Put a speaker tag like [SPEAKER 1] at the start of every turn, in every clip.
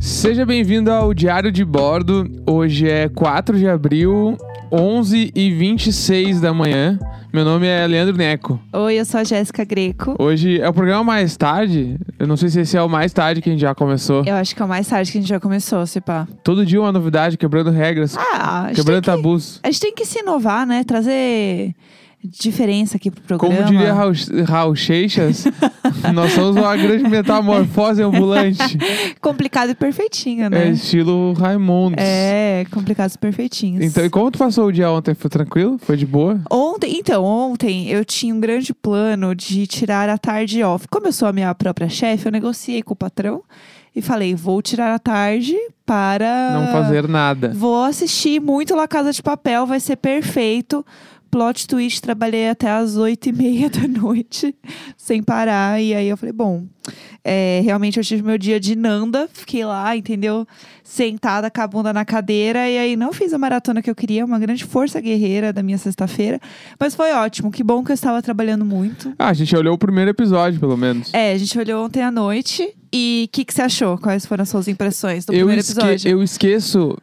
[SPEAKER 1] Seja bem-vindo ao Diário de Bordo. Hoje é 4 de abril, 11 e 26 da manhã. Meu nome é Leandro Neco.
[SPEAKER 2] Oi, eu sou a Jéssica Greco.
[SPEAKER 1] Hoje é o programa mais tarde. Eu não sei se esse é o mais tarde que a gente já começou.
[SPEAKER 2] Eu acho que é o mais tarde que a gente já começou, se pá.
[SPEAKER 1] Todo dia uma novidade, quebrando regras,
[SPEAKER 2] Ah, a gente, tem
[SPEAKER 1] quebrando
[SPEAKER 2] que,
[SPEAKER 1] tabus.
[SPEAKER 2] a gente tem que se inovar, né? Trazer diferença aqui pro programa.
[SPEAKER 1] Como diria Raul, Raul Seixas, nós somos uma grande metamorfose ambulante.
[SPEAKER 2] Complicado e perfeitinho,
[SPEAKER 1] É
[SPEAKER 2] né?
[SPEAKER 1] estilo Raimundos.
[SPEAKER 2] É, complicados e perfeitinhos.
[SPEAKER 1] Então, e como tu passou o dia ontem? Foi tranquilo? Foi de boa?
[SPEAKER 2] Ontem, então, ontem eu tinha um grande plano de tirar a tarde off. Como eu sou a minha própria chefe, eu negociei com o patrão e falei, vou tirar a tarde para...
[SPEAKER 1] Não fazer nada.
[SPEAKER 2] Vou assistir muito La Casa de Papel, vai ser perfeito. Plot twist, trabalhei até as oito e meia da noite, sem parar. E aí eu falei, bom, é, realmente eu tive meu dia de Nanda. Fiquei lá, entendeu? Sentada com a bunda na cadeira. E aí não fiz a maratona que eu queria, uma grande força guerreira da minha sexta-feira. Mas foi ótimo, que bom que eu estava trabalhando muito.
[SPEAKER 1] Ah, a gente olhou o primeiro episódio, pelo menos.
[SPEAKER 2] É, a gente olhou ontem à noite. E o que, que você achou? Quais foram as suas impressões do
[SPEAKER 1] eu,
[SPEAKER 2] primeiro
[SPEAKER 1] esque-
[SPEAKER 2] episódio?
[SPEAKER 1] eu esqueço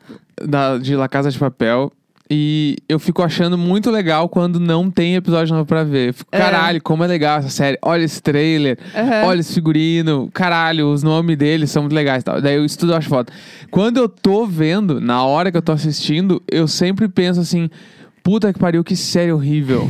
[SPEAKER 1] da, de La Casa de Papel. E eu fico achando muito legal quando não tem episódio novo pra ver. Eu fico,
[SPEAKER 2] É.
[SPEAKER 1] Caralho, como é legal essa série. Olha esse trailer.
[SPEAKER 2] Aham.
[SPEAKER 1] Olha esse figurino. Caralho, os nomes deles são muito legais e tal. Daí eu estudo, eu acho foda. Quando eu tô vendo, na hora que eu tô assistindo, eu sempre penso assim... Puta que pariu, que série horrível.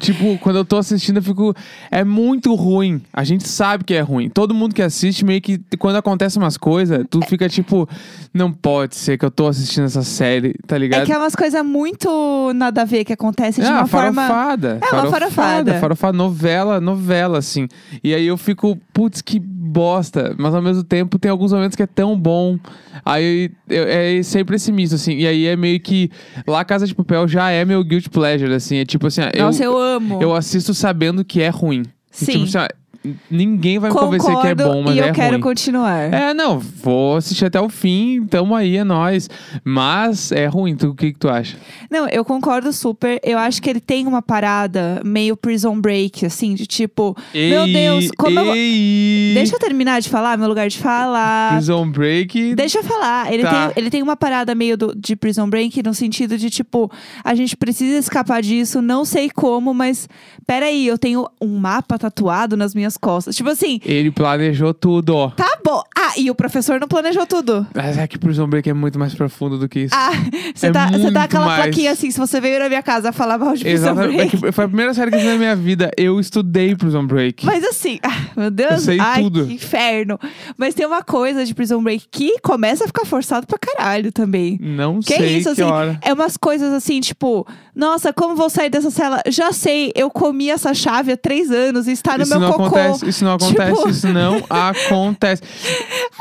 [SPEAKER 1] tipo, quando eu tô assistindo, eu fico. É muito ruim. A gente sabe que é ruim. Todo mundo que assiste, meio que quando acontece umas coisas,
[SPEAKER 2] É.
[SPEAKER 1] tu fica tipo, não pode ser que eu tô assistindo essa série, tá ligado?
[SPEAKER 2] É que é umas coisas muito nada a ver que acontece de
[SPEAKER 1] Ah,
[SPEAKER 2] uma forma.
[SPEAKER 1] farofada.
[SPEAKER 2] É, uma farofada.
[SPEAKER 1] Farofada, novela, novela, assim. E aí eu fico, putz, que bosta. Mas ao mesmo tempo tem alguns momentos que é tão bom. Aí eu- é sempre esse misto, assim. E aí é meio que. Lá Casa de Papel já é meu guilt pleasure, assim. É tipo assim, ah, eu,
[SPEAKER 2] Nossa, eu, amo.
[SPEAKER 1] eu assisto sabendo que é ruim. E
[SPEAKER 2] Sim.
[SPEAKER 1] tipo assim, ah, n- ninguém vai me
[SPEAKER 2] Concordo
[SPEAKER 1] convencer que é bom, mas
[SPEAKER 2] e eu
[SPEAKER 1] é
[SPEAKER 2] quero
[SPEAKER 1] ruim.
[SPEAKER 2] continuar.
[SPEAKER 1] É, não, vou assistir até o fim, tamo aí, é nóis. Mas é ruim, tu, o que, que tu acha?
[SPEAKER 2] Não, eu concordo super. Eu acho que ele tem uma parada meio prison break, assim, de tipo, meu Deus, como eu.
[SPEAKER 1] ei,
[SPEAKER 2] Deixa eu terminar de falar, meu lugar de falar.
[SPEAKER 1] Prison Break.
[SPEAKER 2] Deixa eu falar, ele,
[SPEAKER 1] Tá.
[SPEAKER 2] tem, ele tem uma parada meio do- de Prison Break no sentido de tipo, a gente precisa escapar disso, não sei como, mas peraí, eu tenho um mapa tatuado nas minhas costas. Tipo assim,
[SPEAKER 1] Ele planejou tudo, ó.
[SPEAKER 2] Tá bom. Ah, e o professor não planejou tudo.
[SPEAKER 1] Mas é que Prison Break é muito mais profundo do que isso.
[SPEAKER 2] Ah, você
[SPEAKER 1] É
[SPEAKER 2] tá, você
[SPEAKER 1] muito
[SPEAKER 2] tá aquela
[SPEAKER 1] mais.
[SPEAKER 2] plaquinha assim, se você veio na minha casa falar mal de Prison
[SPEAKER 1] Exatamente.
[SPEAKER 2] Break.
[SPEAKER 1] É que foi a primeira série que eu vi na minha vida. Eu estudei Prison Break.
[SPEAKER 2] Mas assim, ah, meu Deus,
[SPEAKER 1] Eu sei
[SPEAKER 2] ai,
[SPEAKER 1] tudo.
[SPEAKER 2] que inferno. Mas tem uma coisa de Prison Break que começa a ficar forçado pra caralho também.
[SPEAKER 1] Não
[SPEAKER 2] Que
[SPEAKER 1] sei
[SPEAKER 2] isso,
[SPEAKER 1] que
[SPEAKER 2] assim,
[SPEAKER 1] hora.
[SPEAKER 2] é umas coisas assim, tipo, nossa, como vou sair dessa cela? Já sei, eu comi essa chave há três anos e está Ah, no
[SPEAKER 1] Isso
[SPEAKER 2] meu
[SPEAKER 1] não
[SPEAKER 2] cocô.
[SPEAKER 1] acontece, isso não
[SPEAKER 2] Tipo-
[SPEAKER 1] acontece, isso não acontece.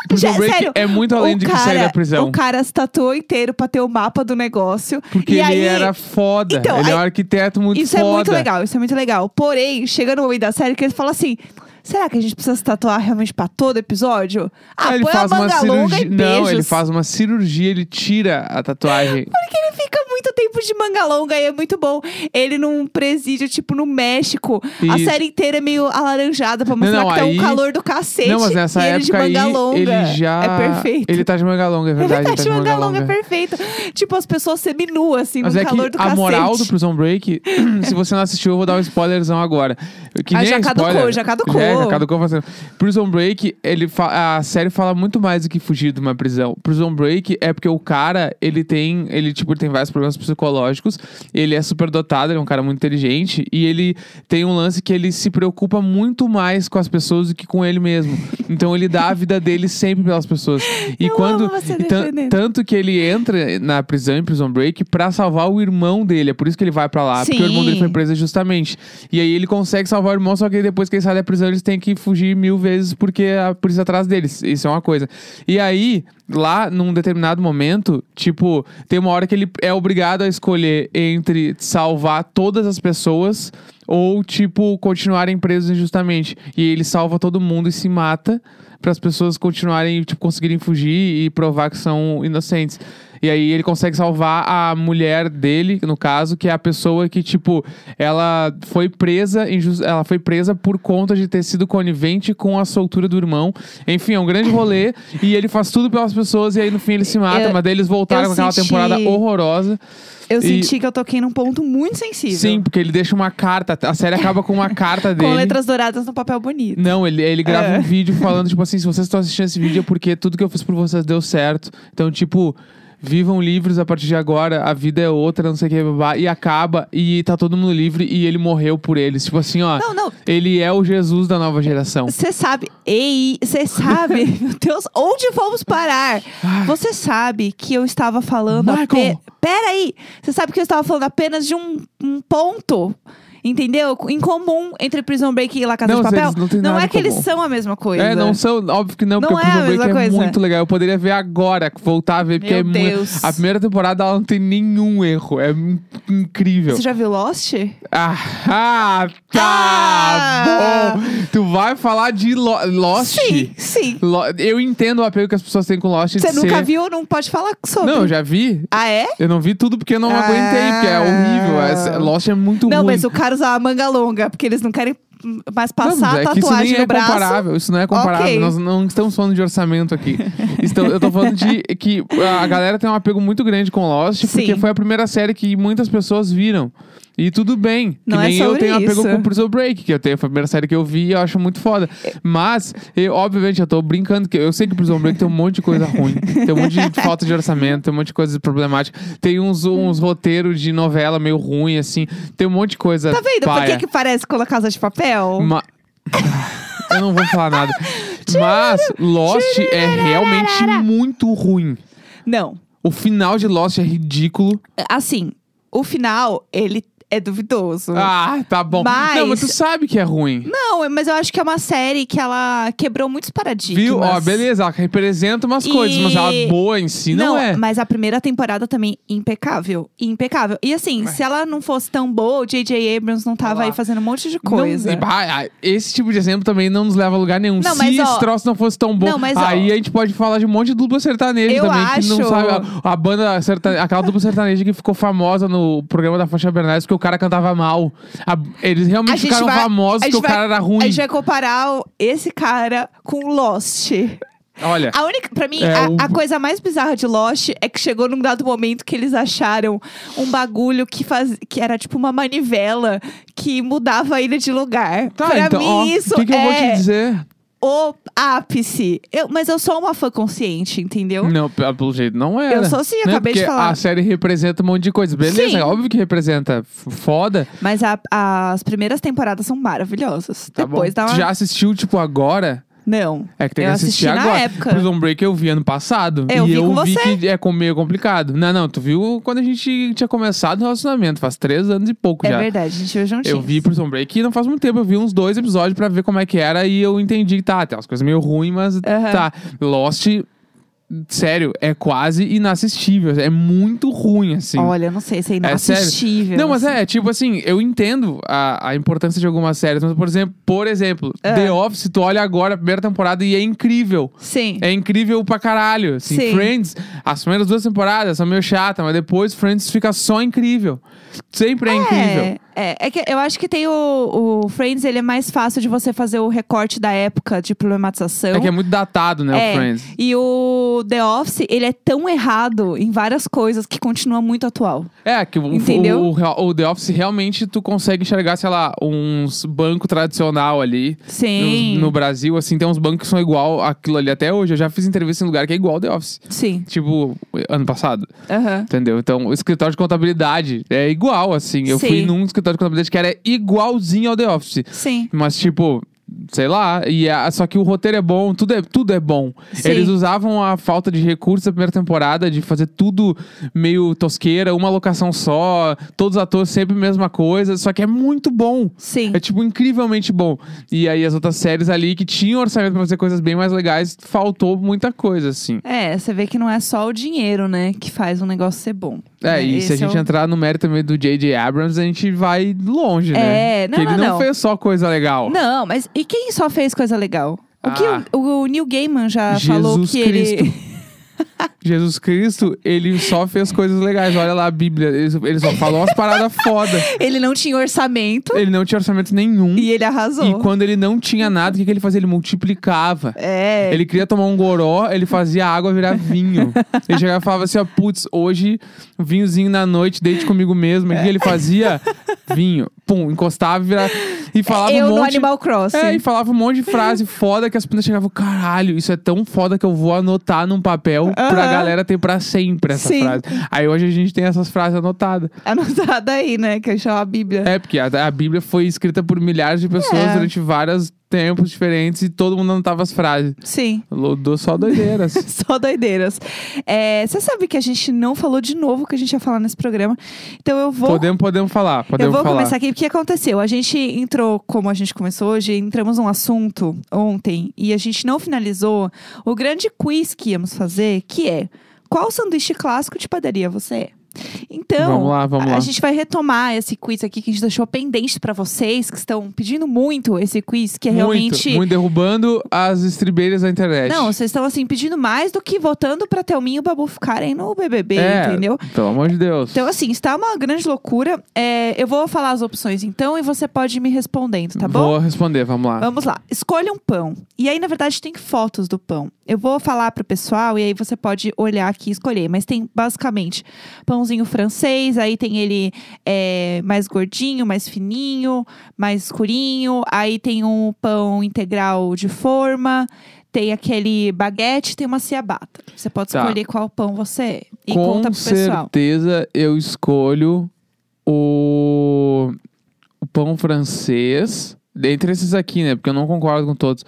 [SPEAKER 1] Prison
[SPEAKER 2] Já-
[SPEAKER 1] Break
[SPEAKER 2] sério,
[SPEAKER 1] é muito além
[SPEAKER 2] o
[SPEAKER 1] de que
[SPEAKER 2] cara,
[SPEAKER 1] sair da prisão.
[SPEAKER 2] O cara se tatuou inteiro pra ter o mapa do negócio.
[SPEAKER 1] Porque
[SPEAKER 2] e
[SPEAKER 1] ele
[SPEAKER 2] aí,
[SPEAKER 1] era foda.
[SPEAKER 2] Então,
[SPEAKER 1] ele é
[SPEAKER 2] aí-
[SPEAKER 1] um arquiteto muito
[SPEAKER 2] Isso
[SPEAKER 1] foda.
[SPEAKER 2] é muito legal, isso é muito legal. Porém, chega no momento da série que ele fala assim. Será que a gente precisa se tatuar realmente pra todo episódio? Ah,
[SPEAKER 1] Aí ele
[SPEAKER 2] põe
[SPEAKER 1] faz
[SPEAKER 2] a
[SPEAKER 1] uma
[SPEAKER 2] manga longa
[SPEAKER 1] cirurgia.
[SPEAKER 2] e
[SPEAKER 1] Não,
[SPEAKER 2] beijos.
[SPEAKER 1] ele faz uma cirurgia, ele tira a tatuagem.
[SPEAKER 2] Porque ele fica muito tempo de manga longa e é muito bom. Ele num presídio, tipo, no México. A
[SPEAKER 1] Isso.
[SPEAKER 2] série inteira é meio alaranjada pra mostrar
[SPEAKER 1] não,
[SPEAKER 2] que tá
[SPEAKER 1] aí-
[SPEAKER 2] um calor do cacete.
[SPEAKER 1] Não, mas nessa
[SPEAKER 2] e ele
[SPEAKER 1] época
[SPEAKER 2] de manga
[SPEAKER 1] aí,
[SPEAKER 2] longa.
[SPEAKER 1] ele já.
[SPEAKER 2] É perfeito.
[SPEAKER 1] Ele tá de manga longa, é verdade.
[SPEAKER 2] Ele tá de manga longa,
[SPEAKER 1] longa.
[SPEAKER 2] perfeito. Tipo, as pessoas seminuas, assim,
[SPEAKER 1] Mas
[SPEAKER 2] no
[SPEAKER 1] é que
[SPEAKER 2] calor do
[SPEAKER 1] a
[SPEAKER 2] cacete.
[SPEAKER 1] moral do Prison Break, se você não assistiu, eu vou dar um spoilerzão agora. Que
[SPEAKER 2] Ah,
[SPEAKER 1] nem
[SPEAKER 2] já
[SPEAKER 1] é
[SPEAKER 2] caducou,
[SPEAKER 1] spoiler.
[SPEAKER 2] já caducou.
[SPEAKER 1] É, já caducou fazendo. Prison Break, ele fa- a série fala muito mais do que fugir de uma prisão. Prison Break é porque o cara, ele tem, ele tipo, ele tem vários problemas psicológicos, ele é super dotado, ele é um cara muito inteligente e ele tem um lance que ele se preocupa muito mais com as pessoas do que com ele mesmo. Então ele dá a vida dele sempre pelas pessoas. E
[SPEAKER 2] Eu
[SPEAKER 1] quando então,
[SPEAKER 2] amo você
[SPEAKER 1] e tan-
[SPEAKER 2] defendendo.
[SPEAKER 1] tanto que ele entra na prisão, em Prison Break, pra salvar o irmão dele. É por isso que ele vai pra lá. Porque o irmão
[SPEAKER 2] Sim.
[SPEAKER 1] dele foi preso justamente. E aí ele consegue salvar o irmão, só que depois que ele sai da prisão, eles têm que fugir mil vezes porque a polícia tá atrás deles. Isso é uma coisa. E aí, lá num determinado momento, tipo, tem uma hora que ele é obrigado a escolher entre salvar todas as pessoas ou, tipo, continuarem presos injustamente. E ele salva todo mundo e se mata para as pessoas continuarem, tipo, conseguirem fugir e provar que são inocentes. E aí ele consegue salvar a mulher dele, no caso, que é a pessoa que, tipo, ela foi presa, injus- ela foi presa por conta de ter sido conivente com a soltura do irmão. Enfim, é um grande rolê. e ele faz tudo pelas pessoas, e aí no fim ele se mata.
[SPEAKER 2] Eu-
[SPEAKER 1] mas daí eles voltaram
[SPEAKER 2] eu
[SPEAKER 1] com aquela
[SPEAKER 2] senti-
[SPEAKER 1] temporada horrorosa.
[SPEAKER 2] Eu
[SPEAKER 1] E-
[SPEAKER 2] senti que eu toquei num ponto muito sensível.
[SPEAKER 1] Sim, porque ele deixa uma carta. A série acaba com uma carta dele.
[SPEAKER 2] Com letras douradas no papel bonito.
[SPEAKER 1] Não, ele, ele grava
[SPEAKER 2] É.
[SPEAKER 1] um vídeo falando, tipo assim, se vocês estão assistindo esse vídeo é porque tudo que eu fiz por vocês deu certo. Então, tipo, vivam livres a partir de agora, a vida é outra, não sei o que, babá, e acaba, e tá todo mundo livre, e ele morreu por eles. Tipo assim, ó,
[SPEAKER 2] Não, não.
[SPEAKER 1] ele é o Jesus da nova geração.
[SPEAKER 2] Você sabe, ei, você sabe, meu Deus, onde fomos parar? Você sabe que eu estava falando.
[SPEAKER 1] Michael!
[SPEAKER 2] ape- Peraí! Você sabe que eu estava falando apenas de um, um ponto, entendeu? Em comum entre Prison Break e La Casa
[SPEAKER 1] Não,
[SPEAKER 2] de Papel.
[SPEAKER 1] eles não têm
[SPEAKER 2] não
[SPEAKER 1] nada
[SPEAKER 2] é
[SPEAKER 1] em
[SPEAKER 2] que eles
[SPEAKER 1] comum.
[SPEAKER 2] são a mesma coisa.
[SPEAKER 1] É, não são, óbvio que não,
[SPEAKER 2] Não
[SPEAKER 1] porque
[SPEAKER 2] é
[SPEAKER 1] o
[SPEAKER 2] a
[SPEAKER 1] Prison Break
[SPEAKER 2] mesma
[SPEAKER 1] é
[SPEAKER 2] coisa.
[SPEAKER 1] muito legal. Eu poderia ver agora, voltar a ver, porque
[SPEAKER 2] Meu
[SPEAKER 1] é
[SPEAKER 2] Deus.
[SPEAKER 1] muito. A primeira temporada ela não tem nenhum erro. É in- incrível.
[SPEAKER 2] Você já viu Lost?
[SPEAKER 1] Ah, ah, tá
[SPEAKER 2] Ah!
[SPEAKER 1] bom. Tu vai falar de Lo- Lost?
[SPEAKER 2] Sim, sim.
[SPEAKER 1] Lo- eu entendo o apego que as pessoas têm com Lost. de
[SPEAKER 2] Você
[SPEAKER 1] ser-
[SPEAKER 2] nunca viu, não pode falar sobre.
[SPEAKER 1] Não, eu já vi.
[SPEAKER 2] Ah, é?
[SPEAKER 1] Eu não vi tudo porque eu não
[SPEAKER 2] Ah.
[SPEAKER 1] aguentei, porque é horrível. Essa- Lost é muito
[SPEAKER 2] Não,
[SPEAKER 1] ruim.
[SPEAKER 2] mas o cara usava manga longa, porque eles não querem mais
[SPEAKER 1] Não,
[SPEAKER 2] passar
[SPEAKER 1] mas é
[SPEAKER 2] a
[SPEAKER 1] que isso
[SPEAKER 2] tatuagem
[SPEAKER 1] nem
[SPEAKER 2] no
[SPEAKER 1] é
[SPEAKER 2] braço.
[SPEAKER 1] comparável. Isso não é comparável.
[SPEAKER 2] Ok.
[SPEAKER 1] Nós não estamos falando de orçamento aqui. Estou- eu tô falando de que a galera tem um apego muito grande com Lost, porque
[SPEAKER 2] Sim.
[SPEAKER 1] foi a primeira série que muitas pessoas viram. E tudo bem.
[SPEAKER 2] Não
[SPEAKER 1] que
[SPEAKER 2] é
[SPEAKER 1] nem eu
[SPEAKER 2] sobre
[SPEAKER 1] tenho apego
[SPEAKER 2] isso.
[SPEAKER 1] com Prison Break, que eu tenho, foi a primeira série que eu vi e eu acho muito foda. Mas, eu, obviamente, eu tô brincando, que eu sei que Prison Break tem um monte de coisa ruim. Tem um monte de falta de orçamento, tem um monte de coisa problemática. Tem uns, uns roteiros de novela meio ruim, assim. Tem um monte de coisa.
[SPEAKER 2] Tá vendo por
[SPEAKER 1] paia.
[SPEAKER 2] que, que parece com La Casa de Papel?
[SPEAKER 1] Ma- Eu não vou falar nada. Mas Lost é realmente muito ruim.
[SPEAKER 2] Não.
[SPEAKER 1] O final de Lost é ridículo.
[SPEAKER 2] Assim, o final, ele é duvidoso.
[SPEAKER 1] Ah, tá bom.
[SPEAKER 2] Mas-
[SPEAKER 1] Não, mas tu sabe que é ruim.
[SPEAKER 2] Não, mas eu acho que é uma série que ela quebrou muitos paradigmas.
[SPEAKER 1] Viu? Ó, beleza, ela representa umas
[SPEAKER 2] E-
[SPEAKER 1] coisas, mas ela é boa em si não, é.
[SPEAKER 2] mas a primeira temporada também impecável. Impecável. E assim, se ela não fosse tão boa, o J.J. Abrams não tava
[SPEAKER 1] lá.
[SPEAKER 2] aí fazendo um monte de
[SPEAKER 1] Não-
[SPEAKER 2] coisa.
[SPEAKER 1] Ah, ah, esse tipo de exemplo também não nos leva a lugar nenhum.
[SPEAKER 2] Não,
[SPEAKER 1] Se
[SPEAKER 2] mas,
[SPEAKER 1] esse
[SPEAKER 2] ó,
[SPEAKER 1] troço não fosse tão bom,
[SPEAKER 2] não, mas, ó,
[SPEAKER 1] aí a gente pode falar de um monte de dupla sertaneja
[SPEAKER 2] Eu
[SPEAKER 1] também, que não
[SPEAKER 2] acho-
[SPEAKER 1] sabe. A, a banda sertane... aquela dupla sertaneja que ficou famosa no programa da Faixa Bernardes, porque o cara cantava mal. A- Eles realmente ficaram famosos
[SPEAKER 2] a
[SPEAKER 1] porque
[SPEAKER 2] gente
[SPEAKER 1] o cara era ruim.
[SPEAKER 2] A gente vai comparar o- esse cara com Lost.
[SPEAKER 1] Olha.
[SPEAKER 2] A única, pra mim,
[SPEAKER 1] É,
[SPEAKER 2] a,
[SPEAKER 1] o-
[SPEAKER 2] a coisa mais bizarra de Lost é que chegou num dado momento que eles acharam um bagulho que, faz, que era tipo uma manivela que mudava a ilha de lugar.
[SPEAKER 1] Tá,
[SPEAKER 2] pra
[SPEAKER 1] então,
[SPEAKER 2] mim,
[SPEAKER 1] ó,
[SPEAKER 2] isso
[SPEAKER 1] o que, que eu vou te
[SPEAKER 2] é
[SPEAKER 1] dizer?
[SPEAKER 2] o ápice. Eu- mas eu sou uma fã consciente, entendeu?
[SPEAKER 1] Não, pe- pelo jeito não era.
[SPEAKER 2] Eu sou sim,
[SPEAKER 1] né?
[SPEAKER 2] acabei de
[SPEAKER 1] Porque
[SPEAKER 2] falar.
[SPEAKER 1] A série representa um monte de coisa. Beleza,
[SPEAKER 2] Sim.
[SPEAKER 1] é óbvio que representa. F- Foda.
[SPEAKER 2] Mas a- as primeiras temporadas são maravilhosas.
[SPEAKER 1] Tá
[SPEAKER 2] Depois
[SPEAKER 1] bom.
[SPEAKER 2] dá uma.
[SPEAKER 1] Tu já assistiu, tipo, agora?
[SPEAKER 2] Não.
[SPEAKER 1] É que tem
[SPEAKER 2] eu
[SPEAKER 1] que assistir
[SPEAKER 2] assisti
[SPEAKER 1] agora.
[SPEAKER 2] na época.
[SPEAKER 1] Prison Break eu vi ano passado.
[SPEAKER 2] É, eu
[SPEAKER 1] e
[SPEAKER 2] vi
[SPEAKER 1] eu
[SPEAKER 2] com
[SPEAKER 1] vi
[SPEAKER 2] você.
[SPEAKER 1] que é com- meio complicado. Não, não, tu viu quando a gente tinha começado o relacionamento, faz três anos e pouco
[SPEAKER 2] É
[SPEAKER 1] já.
[SPEAKER 2] verdade, gente. Hoje não tinha.
[SPEAKER 1] Eu vi Prison Break e não faz muito tempo, eu vi uns dois episódios pra ver como é que era e eu entendi que tá, tem umas coisas meio ruins, mas
[SPEAKER 2] Aham.
[SPEAKER 1] tá. Lost, sério, é quase inassistível, é muito ruim, assim.
[SPEAKER 2] Olha, eu não sei se é
[SPEAKER 1] É sério?
[SPEAKER 2] inassistível.
[SPEAKER 1] Não, mas é, tipo assim, eu entendo a, a importância de algumas séries, mas por exemplo, por exemplo,
[SPEAKER 2] É.
[SPEAKER 1] The Office, tu olha agora a primeira temporada e é incrível.
[SPEAKER 2] Sim.
[SPEAKER 1] É incrível pra caralho. Assim,
[SPEAKER 2] Sim.
[SPEAKER 1] Friends, as primeiras duas temporadas são meio chatas, mas depois Friends fica só incrível. Sempre é, incrível.
[SPEAKER 2] É, é que eu acho que tem o, o Friends, ele é mais fácil de você fazer o recorte da época de problematização.
[SPEAKER 1] É que é muito datado, né, o Friends.
[SPEAKER 2] E o The Office, ele é tão errado em várias coisas que continua muito atual.
[SPEAKER 1] É, que o,
[SPEAKER 2] Entendeu?
[SPEAKER 1] o, o- o The Office realmente tu consegue enxergar, sei lá, uns banco tradicional ali.
[SPEAKER 2] Sim.
[SPEAKER 1] Nos- No Brasil, assim, tem uns bancos que são igual aquilo ali até hoje. Eu já fiz entrevista em lugar que é igual ao The Office.
[SPEAKER 2] Sim.
[SPEAKER 1] Tipo, ano passado.
[SPEAKER 2] Aham.
[SPEAKER 1] Entendeu? Então, o escritório de contabilidade é igual, assim. Eu fui
[SPEAKER 2] Sim.
[SPEAKER 1] num escritório de contabilidade que era igualzinho ao The Office.
[SPEAKER 2] Sim.
[SPEAKER 1] Mas, tipo, sei lá. E a- só que o roteiro é bom, tudo é, tudo é bom.
[SPEAKER 2] Sim.
[SPEAKER 1] Eles usavam a falta de recursos da primeira temporada de fazer tudo meio tosqueira, uma locação só, todos os atores sempre a mesma coisa. Só que é muito bom.
[SPEAKER 2] Sim.
[SPEAKER 1] É, tipo, incrivelmente bom. E aí, as outras séries ali que tinham orçamento pra fazer coisas bem mais legais, faltou muita coisa, assim.
[SPEAKER 2] É, você vê que não é só o dinheiro, né, que faz um negócio ser bom.
[SPEAKER 1] É,
[SPEAKER 2] Né,
[SPEAKER 1] e se a
[SPEAKER 2] esse é
[SPEAKER 1] gente
[SPEAKER 2] o-
[SPEAKER 1] entrar no mérito também do J.J. Abrams, a gente vai longe, né?
[SPEAKER 2] É, não,
[SPEAKER 1] Porque ele
[SPEAKER 2] não,
[SPEAKER 1] não,
[SPEAKER 2] não.
[SPEAKER 1] fez só coisa legal.
[SPEAKER 2] Não, mas e quem só fez coisa legal? O que
[SPEAKER 1] Ah.
[SPEAKER 2] o, o Neil Gaiman já
[SPEAKER 1] Jesus
[SPEAKER 2] falou que
[SPEAKER 1] Cristo.
[SPEAKER 2] ele.
[SPEAKER 1] Jesus Cristo, ele só fez coisas legais. Olha lá a Bíblia, ele, ele só falou umas paradas foda.
[SPEAKER 2] Ele não tinha orçamento
[SPEAKER 1] Ele não tinha orçamento nenhum.
[SPEAKER 2] e ele arrasou.
[SPEAKER 1] E quando ele não tinha nada, o que, que ele fazia? Ele multiplicava.
[SPEAKER 2] É.
[SPEAKER 1] Ele queria tomar um goró, ele fazia a água virar vinho. Ele chegava e falava assim, ó, putz, hoje vinhozinho na noite, deite comigo mesmo. E o que ele fazia? Vinho. Pum, encostava e virava. E falava
[SPEAKER 2] Eu
[SPEAKER 1] um
[SPEAKER 2] no
[SPEAKER 1] monte...
[SPEAKER 2] Animal Crossing.
[SPEAKER 1] É, e falava um monte de frase foda que as pessoas chegavam, caralho, isso é tão foda que eu vou anotar num papel pra
[SPEAKER 2] Aham.
[SPEAKER 1] galera ter pra sempre essa
[SPEAKER 2] Sim.
[SPEAKER 1] frase. Aí hoje a gente tem essas frases anotadas.
[SPEAKER 2] Anotada aí, né? Que chama a Bíblia.
[SPEAKER 1] É, porque a, a Bíblia foi escrita por milhares de pessoas
[SPEAKER 2] É.
[SPEAKER 1] durante vários tempos diferentes e todo mundo anotava as frases.
[SPEAKER 2] Sim.
[SPEAKER 1] Lou- dou Só doideiras.
[SPEAKER 2] Só doideiras. É, Você sabe que a gente não falou de novo o que a gente ia falar nesse programa. Então eu vou.
[SPEAKER 1] Podemos, podemos falar,
[SPEAKER 2] Eu
[SPEAKER 1] podemos
[SPEAKER 2] vou
[SPEAKER 1] falar.
[SPEAKER 2] começar aqui, porque aconteceu. A gente entrou, como a gente começou hoje, entramos num assunto ontem e a gente não finalizou o grande quiz que íamos fazer, que é qual sanduíche clássico de padaria você é? Então,
[SPEAKER 1] Vamos lá, vamos
[SPEAKER 2] a-
[SPEAKER 1] lá.
[SPEAKER 2] a gente vai retomar esse quiz aqui que a gente deixou pendente pra vocês, que estão pedindo muito esse quiz, que é realmente.
[SPEAKER 1] Muito, muito derrubando as estribeiras da internet.
[SPEAKER 2] Não, vocês estão assim pedindo mais do que votando pra Thelminha e o Babu ficarem no BBB,
[SPEAKER 1] é,
[SPEAKER 2] entendeu?
[SPEAKER 1] Pelo amor de Deus.
[SPEAKER 2] Então, assim, está uma grande loucura. É, eu vou falar as opções então e você pode ir me respondendo, tá bom?
[SPEAKER 1] Vou responder, vamos lá.
[SPEAKER 2] Vamos lá. Escolha um pão. E aí, na verdade, tem fotos do pão. Eu vou falar pro pessoal e aí você pode olhar aqui e escolher. Mas tem basicamente pãozinho francês, aí tem ele é, mais gordinho, mais fininho, mais escurinho. Aí tem um pão integral de forma. Tem aquele baguete, tem uma ciabatta. Você pode
[SPEAKER 1] Tá.
[SPEAKER 2] escolher qual pão você é. E
[SPEAKER 1] Com
[SPEAKER 2] conta pro pessoal.
[SPEAKER 1] certeza eu escolho o... o pão francês. Dentre esses aqui, né? Porque eu não concordo com todos.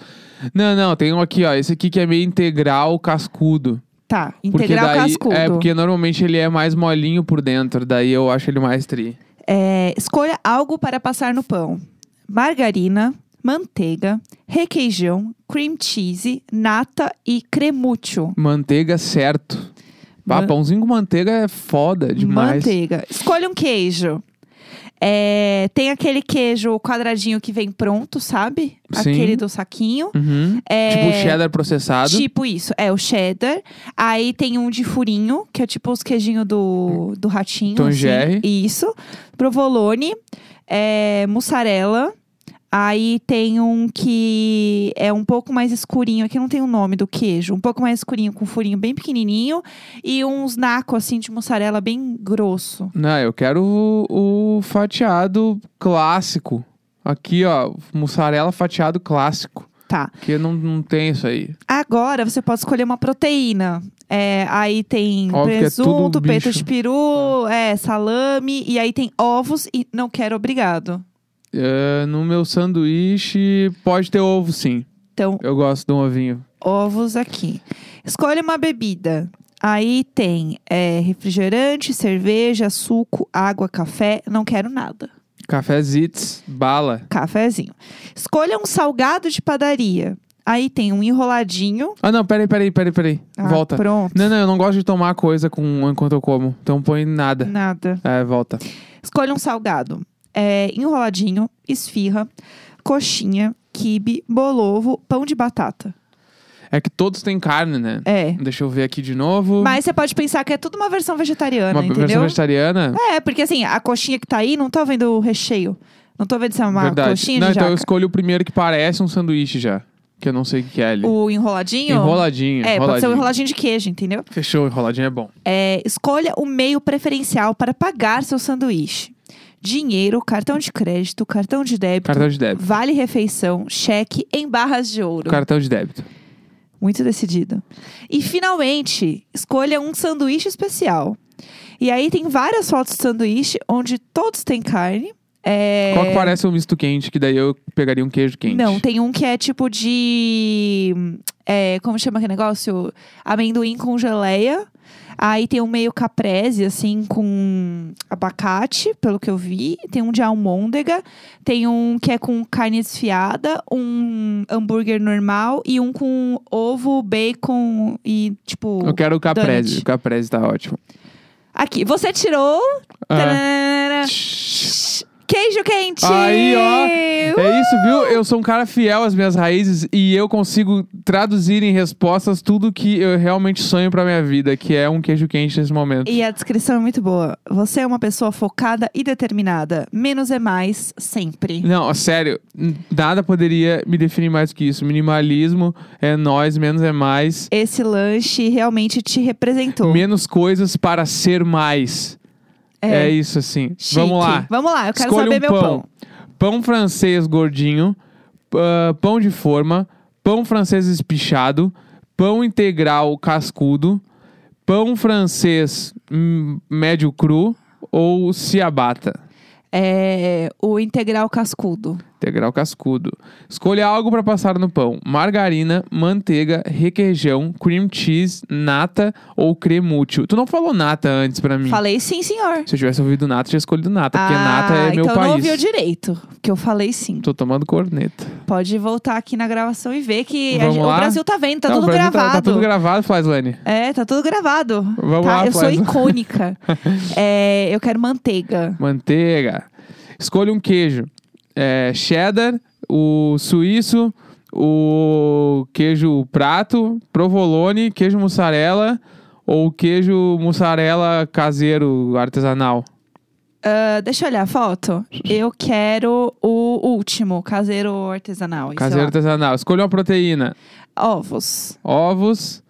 [SPEAKER 1] Não, não, tem um aqui, ó. Esse aqui que é meio integral cascudo.
[SPEAKER 2] Tá,
[SPEAKER 1] Porque
[SPEAKER 2] integral
[SPEAKER 1] daí-
[SPEAKER 2] cascudo.
[SPEAKER 1] É, porque normalmente ele é mais molinho por dentro. Daí eu acho ele mais tri.
[SPEAKER 2] É, escolha algo para passar no pão: margarina, manteiga, requeijão, cream cheese, nata e cremúcio.
[SPEAKER 1] Manteiga, certo. Ah,
[SPEAKER 2] Man-
[SPEAKER 1] pãozinho com manteiga é foda demais.
[SPEAKER 2] Manteiga. Escolha um queijo. É, tem aquele queijo quadradinho que vem pronto, sabe?
[SPEAKER 1] Sim.
[SPEAKER 2] Aquele do saquinho.
[SPEAKER 1] Uhum.
[SPEAKER 2] É,
[SPEAKER 1] Tipo cheddar processado.
[SPEAKER 2] Tipo isso, é o cheddar. Aí tem um de furinho, que é tipo os queijinhos do, do ratinho.
[SPEAKER 1] Tom
[SPEAKER 2] assim.
[SPEAKER 1] Jerry.
[SPEAKER 2] Isso. Provolone, é, mussarela. Aí tem um que é um pouco mais escurinho, aqui não tem o nome do queijo, um pouco mais escurinho, com um furinho bem pequenininho. E uns naco, assim, de mussarela bem grosso.
[SPEAKER 1] Não, eu quero o, o fatiado clássico. Aqui, ó, mussarela fatiado clássico.
[SPEAKER 2] Tá.
[SPEAKER 1] Porque não, não tem isso aí.
[SPEAKER 2] Agora você pode escolher uma proteína. É, aí tem
[SPEAKER 1] Óbvio que é
[SPEAKER 2] presunto,
[SPEAKER 1] tudo
[SPEAKER 2] peito
[SPEAKER 1] bicho.
[SPEAKER 2] de peru, é, salame, e aí tem ovos e não quero, obrigado.
[SPEAKER 1] É, no meu sanduíche pode ter ovo, sim.
[SPEAKER 2] Então,
[SPEAKER 1] Eu gosto de um ovinho.
[SPEAKER 2] ovos aqui. Escolha uma bebida. Aí tem é, refrigerante, cerveja, suco, água, café, não quero nada.
[SPEAKER 1] Café zits, bala.
[SPEAKER 2] Cafezinho. Escolha um salgado de padaria. Aí tem um enroladinho.
[SPEAKER 1] Ah, não, peraí, peraí, peraí, peraí.
[SPEAKER 2] Ah,
[SPEAKER 1] volta.
[SPEAKER 2] Pronto.
[SPEAKER 1] Não, não, eu não gosto de tomar coisa com, enquanto eu como. Então põe nada.
[SPEAKER 2] Nada.
[SPEAKER 1] É, volta.
[SPEAKER 2] Escolha um salgado. É, enroladinho, esfirra, coxinha, quibe, bolovo, pão de batata.
[SPEAKER 1] É que todos têm carne, né?
[SPEAKER 2] É.
[SPEAKER 1] Deixa eu ver aqui de novo.
[SPEAKER 2] Mas você pode pensar que é tudo uma versão vegetariana,
[SPEAKER 1] uma versão
[SPEAKER 2] entendeu?
[SPEAKER 1] vegetariana.
[SPEAKER 2] É, porque assim, a coxinha que tá aí, não tô vendo o recheio. Não tô vendo se é uma
[SPEAKER 1] Verdade.
[SPEAKER 2] coxinha
[SPEAKER 1] não,
[SPEAKER 2] de
[SPEAKER 1] então eu
[SPEAKER 2] jaca.
[SPEAKER 1] escolho o primeiro que parece um sanduíche já. Que eu não sei o que é ali.
[SPEAKER 2] O enroladinho?
[SPEAKER 1] Enroladinho.
[SPEAKER 2] É, pode ser
[SPEAKER 1] enroladinho.
[SPEAKER 2] um enroladinho de queijo, entendeu?
[SPEAKER 1] Fechou, enroladinho é bom.
[SPEAKER 2] É, escolha o meio preferencial para pagar seu sanduíche. Dinheiro, cartão de crédito, cartão de débito,
[SPEAKER 1] Cartão de débito.
[SPEAKER 2] vale refeição, cheque em barras de ouro.
[SPEAKER 1] Cartão de débito.
[SPEAKER 2] Muito decidido. E finalmente, escolha um sanduíche especial. E aí tem várias fotos de sanduíche onde todos têm carne. É...
[SPEAKER 1] Qual que parece um misto quente? Que daí eu pegaria um queijo quente.
[SPEAKER 2] Não, tem um que é tipo de. é, como chama aquele negócio? Amendoim com geleia. Aí tem um meio caprese, assim, com abacate, pelo que eu vi. Tem um de almôndega. Tem um que é com carne desfiada, um hambúrguer normal e um com ovo, bacon e, tipo.
[SPEAKER 1] Eu quero o caprese.
[SPEAKER 2] Donut.
[SPEAKER 1] O caprese tá ótimo.
[SPEAKER 2] Aqui, você tirou.
[SPEAKER 1] Ah.
[SPEAKER 2] Tararara.
[SPEAKER 1] Shhh.
[SPEAKER 2] Queijo quente!
[SPEAKER 1] Aí, ó.
[SPEAKER 2] Uh!
[SPEAKER 1] É isso, viu? Eu sou um cara fiel às minhas raízes e eu consigo traduzir em respostas tudo que eu realmente sonho pra minha vida, que é um queijo quente nesse momento.
[SPEAKER 2] E a descrição é muito boa. Você é uma pessoa focada e determinada. Menos é mais, sempre.
[SPEAKER 1] Não, sério, n- nada poderia me definir mais do que isso. Minimalismo é nós, menos é mais.
[SPEAKER 2] Esse lanche realmente te representou.
[SPEAKER 1] Menos coisas para ser mais. É, isso, assim.
[SPEAKER 2] Chique.
[SPEAKER 1] Vamos lá.
[SPEAKER 2] Vamos lá, eu quero
[SPEAKER 1] Escolha
[SPEAKER 2] saber
[SPEAKER 1] um
[SPEAKER 2] meu pão.
[SPEAKER 1] Pão francês gordinho, ah, pão de forma, pão francês espichado, pão integral cascudo, pão francês hum, médio cru ou ciabatta.
[SPEAKER 2] É o integral cascudo.
[SPEAKER 1] Integral cascudo. Escolha algo para passar no pão: margarina, manteiga, requeijão, cream cheese, nata ou cremútil. Tu não falou nata antes pra mim.
[SPEAKER 2] Falei sim, senhor.
[SPEAKER 1] Se eu tivesse ouvido nata, eu tinha escolhido nata, Hum. porque
[SPEAKER 2] ah,
[SPEAKER 1] nata é meu
[SPEAKER 2] então
[SPEAKER 1] país.
[SPEAKER 2] não ouviu direito, que eu falei sim.
[SPEAKER 1] Tô tomando corneta.
[SPEAKER 2] Pode voltar aqui na gravação e ver que a
[SPEAKER 1] Vamos
[SPEAKER 2] gente-
[SPEAKER 1] lá?
[SPEAKER 2] o Brasil tá vendo, tá
[SPEAKER 1] Não,
[SPEAKER 2] tudo
[SPEAKER 1] o Brasil
[SPEAKER 2] gravado.
[SPEAKER 1] Tá, tudo gravado, Flaslane.
[SPEAKER 2] É, tá tudo gravado.
[SPEAKER 1] Vamos
[SPEAKER 2] Tá,
[SPEAKER 1] lá,
[SPEAKER 2] eu sou
[SPEAKER 1] Flávia.
[SPEAKER 2] icônica. É, eu quero manteiga.
[SPEAKER 1] Manteiga. Escolha um queijo. É, cheddar, o suíço, o queijo prato, provolone, queijo mussarela ou queijo mussarela caseiro artesanal.
[SPEAKER 2] Ah, deixa eu olhar a foto. Eu quero o último, caseiro artesanal. sei
[SPEAKER 1] Caseiro
[SPEAKER 2] lá.
[SPEAKER 1] artesanal. Escolha uma proteína.
[SPEAKER 2] Ovos.
[SPEAKER 1] Ovos.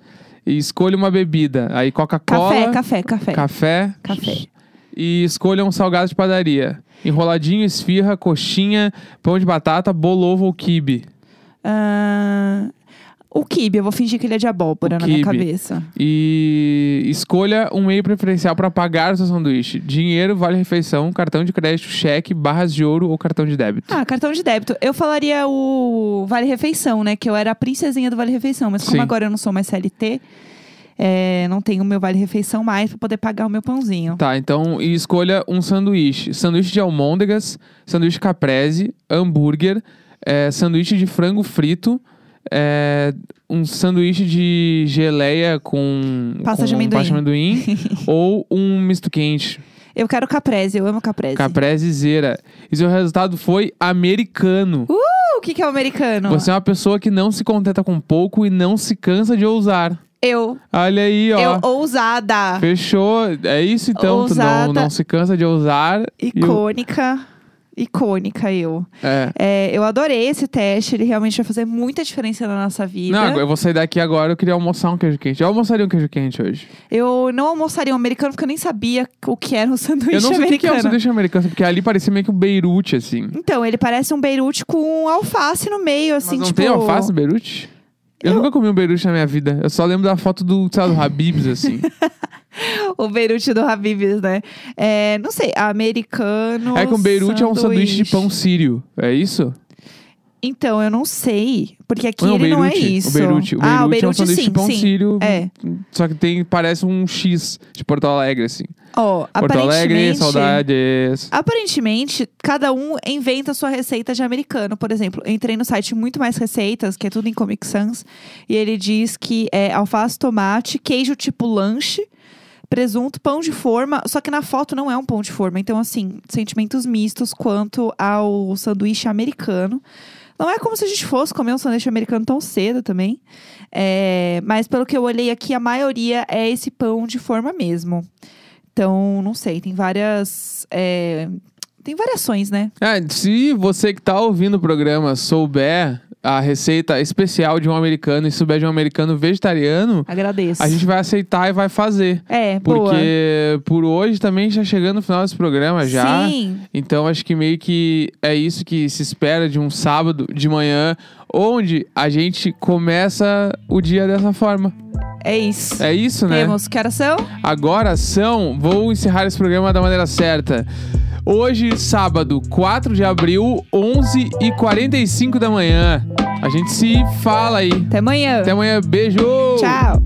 [SPEAKER 1] E escolha uma bebida. Aí
[SPEAKER 2] Café,
[SPEAKER 1] Coca-Cola.
[SPEAKER 2] café, café.
[SPEAKER 1] Café.
[SPEAKER 2] Café.
[SPEAKER 1] E escolha um salgado de padaria. Enroladinho, esfirra, coxinha, pão de batata, bolovo ou quibe.
[SPEAKER 2] Ah, o kibe, eu vou fingir que ele é de abóbora
[SPEAKER 1] O
[SPEAKER 2] na minha
[SPEAKER 1] quibe.
[SPEAKER 2] cabeça.
[SPEAKER 1] E escolha um meio preferencial para pagar o seu sanduíche. Dinheiro, vale refeição, cartão de crédito, cheque, barras de ouro ou cartão de débito.
[SPEAKER 2] Ah, cartão de débito. Eu falaria o Vale Refeição, né? Que eu era a princesinha do Vale Refeição, mas como
[SPEAKER 1] Sim.
[SPEAKER 2] agora eu não sou mais CLT, é, não tenho meu Vale Refeição mais pra poder pagar o meu pãozinho.
[SPEAKER 1] Tá, então e escolha um sanduíche. Sanduíche de almôndegas, sanduíche caprese, hambúrguer, eh, sanduíche de frango frito, eh, um sanduíche de geleia com
[SPEAKER 2] Passa
[SPEAKER 1] com
[SPEAKER 2] de amendoim.
[SPEAKER 1] pasta de amendoim ou um misto quente.
[SPEAKER 2] Eu quero caprese, eu amo caprese.
[SPEAKER 1] Caprese zera. E seu resultado foi americano.
[SPEAKER 2] O que, que é o americano?
[SPEAKER 1] Você é uma pessoa que não se contenta com pouco e não se cansa de ousar.
[SPEAKER 2] Eu,
[SPEAKER 1] Olha aí, ó.
[SPEAKER 2] eu ousada,
[SPEAKER 1] Fechou. É isso então. Tu
[SPEAKER 2] Ousada.
[SPEAKER 1] não, não se cansa de ousar. E o-
[SPEAKER 2] icônica, icônica eu.
[SPEAKER 1] É.
[SPEAKER 2] É, eu adorei esse teste, ele realmente vai fazer muita diferença na nossa vida.
[SPEAKER 1] Não, agora eu vou sair daqui agora. Eu queria almoçar um queijo quente. Eu almoçaria um queijo quente hoje.
[SPEAKER 2] Eu não almoçaria um americano porque eu nem sabia o que era um sanduíche
[SPEAKER 1] eu não sei o que que é um
[SPEAKER 2] americano.
[SPEAKER 1] sanduíche americano, porque ali parecia meio que um Beirute, assim.
[SPEAKER 2] Então, ele parece um Beirute com alface no meio, assim,
[SPEAKER 1] Mas não
[SPEAKER 2] tipo.
[SPEAKER 1] tem alface no Beirute? Eu, nunca comi um Beirute na minha vida. Eu só lembro da foto do, sei lá, do Habibs, assim.
[SPEAKER 2] O Beirute do Habibs, né? É, não sei, americano.
[SPEAKER 1] é que um Beirute é um sanduíche de pão sírio. É isso?
[SPEAKER 2] Então, eu não sei. Porque aqui
[SPEAKER 1] não,
[SPEAKER 2] ele não é
[SPEAKER 1] Beirute.
[SPEAKER 2] isso.
[SPEAKER 1] O Beirute, o Beirute,
[SPEAKER 2] ah, o
[SPEAKER 1] é um
[SPEAKER 2] Beirute
[SPEAKER 1] sanduíche
[SPEAKER 2] sim,
[SPEAKER 1] de pão
[SPEAKER 2] sim.
[SPEAKER 1] sírio.
[SPEAKER 2] É.
[SPEAKER 1] Só que tem, parece um X de Porto Alegre, assim.
[SPEAKER 2] Ó,
[SPEAKER 1] Porto
[SPEAKER 2] aparentemente.
[SPEAKER 1] Alegre, saudades.
[SPEAKER 2] Aparentemente, cada um inventa a sua receita de americano. Por exemplo, eu entrei no site Muito Mais Receitas, que é tudo em Comic Sans, e ele diz que é alface, tomate, queijo tipo lanche, presunto, pão de forma. Só que na foto não é um pão de forma. Então, assim, sentimentos mistos quanto ao sanduíche americano. Não é como se a gente fosse comer um sanduíche americano tão cedo também. É, mas pelo que eu olhei aqui, a maioria é esse pão de forma mesmo. Então, não sei, tem várias. é, tem variações, né?
[SPEAKER 1] Ah, se você que tá ouvindo o programa souber a receita especial de um americano e souber de um americano vegetariano,
[SPEAKER 2] Agradeço.
[SPEAKER 1] a gente vai aceitar e vai fazer.
[SPEAKER 2] É, boa.
[SPEAKER 1] Porque por hoje também já chegando no final desse programa já.
[SPEAKER 2] Sim.
[SPEAKER 1] Então acho que meio que é isso que se espera de um sábado de manhã, onde a gente começa o dia dessa forma.
[SPEAKER 2] É isso.
[SPEAKER 1] É isso, né?
[SPEAKER 2] Temos que horas são?
[SPEAKER 1] Agora são, vou encerrar esse programa da maneira certa. Hoje, sábado, 4 de abril, 11h45 da manhã. A gente se fala aí.
[SPEAKER 2] Até amanhã.
[SPEAKER 1] Até amanhã, beijo!
[SPEAKER 2] Tchau.